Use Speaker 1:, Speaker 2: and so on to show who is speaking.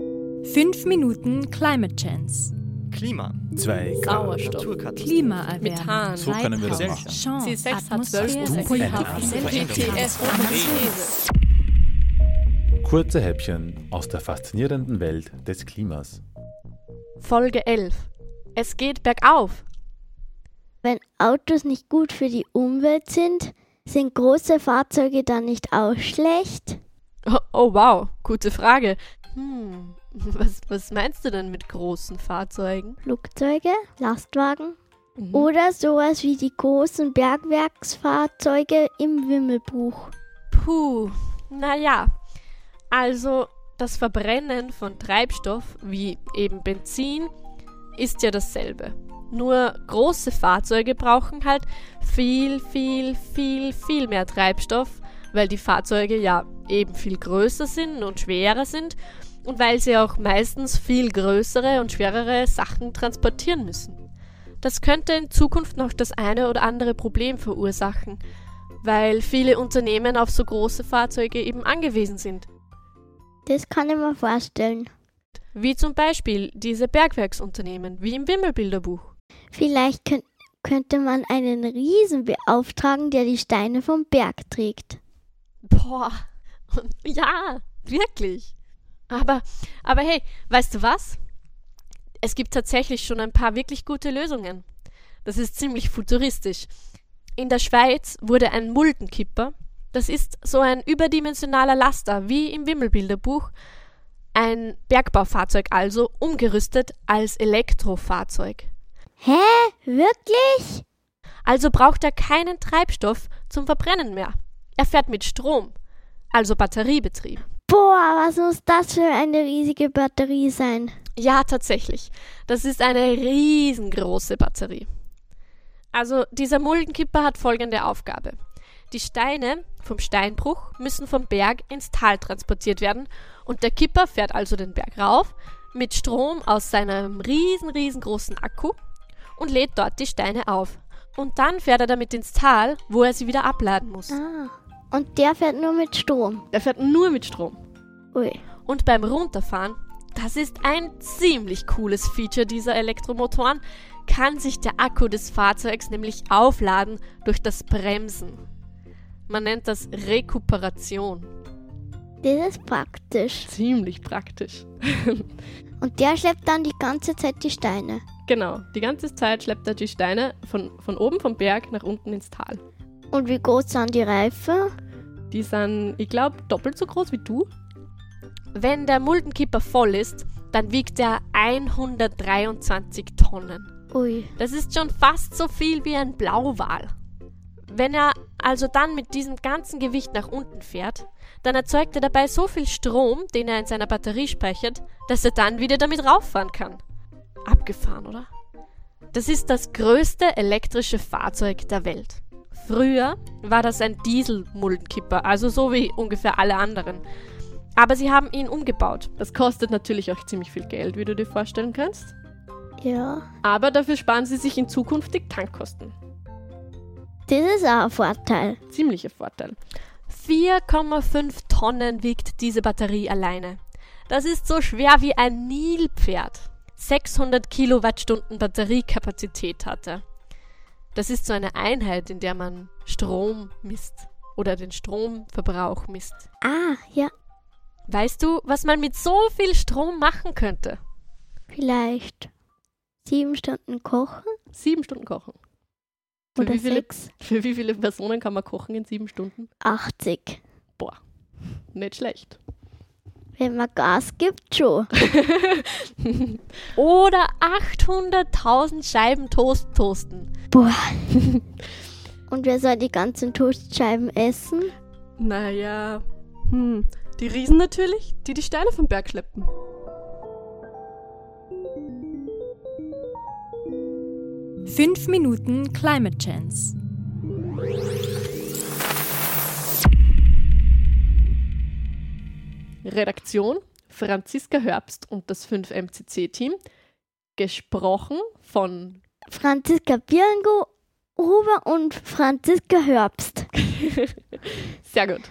Speaker 1: 5 Minuten Climate Chance.
Speaker 2: Klima,
Speaker 3: Zwei
Speaker 4: Sauerstoff.
Speaker 2: Naturkatastrophe,
Speaker 1: Klimaerwärmung.
Speaker 4: Methan.
Speaker 3: So können wir das
Speaker 1: Treibhaus,
Speaker 3: machen.
Speaker 1: Chance,
Speaker 4: C6 hat
Speaker 1: Atmosphäre,
Speaker 4: 12%.
Speaker 1: Pulver,
Speaker 4: PTS Photosynthese.
Speaker 3: Kurze Häppchen aus der faszinierenden Welt des Klimas.
Speaker 5: Folge 11. Es geht bergauf.
Speaker 6: Wenn Autos nicht gut für die Umwelt sind, sind große Fahrzeuge dann nicht auch schlecht?
Speaker 5: Oh, oh wow, gute Frage. Hm, was, was meinst du denn mit großen Fahrzeugen?
Speaker 6: Flugzeuge, Lastwagen oder sowas wie die großen Bergwerksfahrzeuge im Wimmelbuch.
Speaker 5: Puh, naja. Also, das Verbrennen von Treibstoff, wie eben Benzin, ist ja dasselbe. Nur große Fahrzeuge brauchen halt viel, viel, viel, viel mehr Treibstoff, weil die Fahrzeuge ja eben viel größer sind und schwerer sind und weil sie auch meistens viel größere und schwerere Sachen transportieren müssen. Das könnte in Zukunft noch das eine oder andere Problem verursachen weil viele Unternehmen auf so große Fahrzeuge eben angewiesen sind.
Speaker 6: Das kann ich mir vorstellen.
Speaker 5: Wie zum Beispiel diese Bergwerksunternehmen, wie im Wimmelbilderbuch.
Speaker 6: Vielleicht könnt, könnte man einen Riesen beauftragen, der die Steine vom Berg trägt.
Speaker 5: Boah, und ja, wirklich. Aber, aber hey, weißt du was? Es gibt tatsächlich schon ein paar wirklich gute Lösungen. Das ist ziemlich futuristisch. In der Schweiz wurde ein Muldenkipper, das ist so ein überdimensionaler Laster wie im Wimmelbilderbuch, ein Bergbaufahrzeug also umgerüstet als Elektrofahrzeug.
Speaker 6: Hä? Wirklich?
Speaker 5: Also braucht er keinen Treibstoff zum Verbrennen mehr. Er fährt mit Strom, also Batteriebetrieb.
Speaker 6: Boah, was muss das für eine riesige Batterie sein?
Speaker 5: Ja, tatsächlich. Das ist eine riesengroße Batterie. Also dieser Muldenkipper hat folgende Aufgabe. Die Steine vom Steinbruch müssen vom Berg ins Tal transportiert werden und der Kipper fährt also den Berg rauf mit Strom aus seinem riesen, riesengroßen Akku und lädt dort die Steine auf. Und dann fährt er damit ins Tal, wo er sie wieder abladen muss.
Speaker 6: Ah. Und der fährt nur mit Strom.
Speaker 4: Der fährt nur mit Strom.
Speaker 6: Ui.
Speaker 5: Und beim Runterfahren, das ist ein ziemlich cooles Feature dieser Elektromotoren, kann sich der Akku des Fahrzeugs nämlich aufladen durch das Bremsen. Man nennt das Rekuperation.
Speaker 6: Das ist praktisch.
Speaker 4: Ziemlich praktisch.
Speaker 6: Und der schleppt dann die ganze Zeit die Steine.
Speaker 4: Genau. Die ganze Zeit schleppt er die Steine von, von oben vom Berg nach unten ins Tal.
Speaker 6: Und wie groß sind die Reifen?
Speaker 4: Die sind, ich glaube, doppelt so groß wie du.
Speaker 5: Wenn der Muldenkipper voll ist, dann wiegt er 123 Tonnen.
Speaker 6: Ui.
Speaker 5: Das ist schon fast so viel wie ein Blauwal. Wenn er also dann mit diesem ganzen Gewicht nach unten fährt, dann erzeugt er dabei so viel Strom, den er in seiner Batterie speichert, dass er dann wieder damit rauffahren kann. Abgefahren, oder? Das ist das größte elektrische Fahrzeug der Welt. Früher war das ein Diesel-Muldenkipper, also so wie ungefähr alle anderen. Aber sie haben ihn umgebaut.
Speaker 4: Das kostet natürlich auch ziemlich viel Geld, wie du dir vorstellen kannst.
Speaker 6: Ja.
Speaker 4: Aber dafür sparen sie sich in zukünftig Tankkosten.
Speaker 6: Das ist auch ein Vorteil.
Speaker 4: Ziemlicher Vorteil.
Speaker 5: 4,5 Tonnen wiegt diese Batterie alleine. Das ist so schwer wie ein Nilpferd. 600 Kilowattstunden Batteriekapazität hatte. Das ist so eine Einheit, in der man Strom misst oder den Stromverbrauch misst.
Speaker 6: Ah, ja.
Speaker 5: Weißt du, was man mit so viel Strom machen könnte?
Speaker 6: Vielleicht sieben Stunden kochen
Speaker 4: Sieben Stunden kochen. Für
Speaker 6: oder
Speaker 4: wie viele-
Speaker 6: sechs?
Speaker 4: Für wie viele Personen kann man kochen in sieben Stunden?
Speaker 6: 80.
Speaker 4: Nicht schlecht.
Speaker 6: Wenn man Gas gibt, schon.
Speaker 5: Oder 800.000 Scheiben Toast toasten.
Speaker 6: Boah. Und wer soll die ganzen Toastscheiben essen?
Speaker 4: Naja, hm. Die Riesen natürlich, die die Steine vom Berg schleppen.
Speaker 1: Fünf Minuten Climate Chance.
Speaker 4: Redaktion Franziska Herbst und das 5MCC-Team. Gesprochen von
Speaker 6: Franziska Birngo, Huber und Franziska Herbst.
Speaker 4: Sehr gut.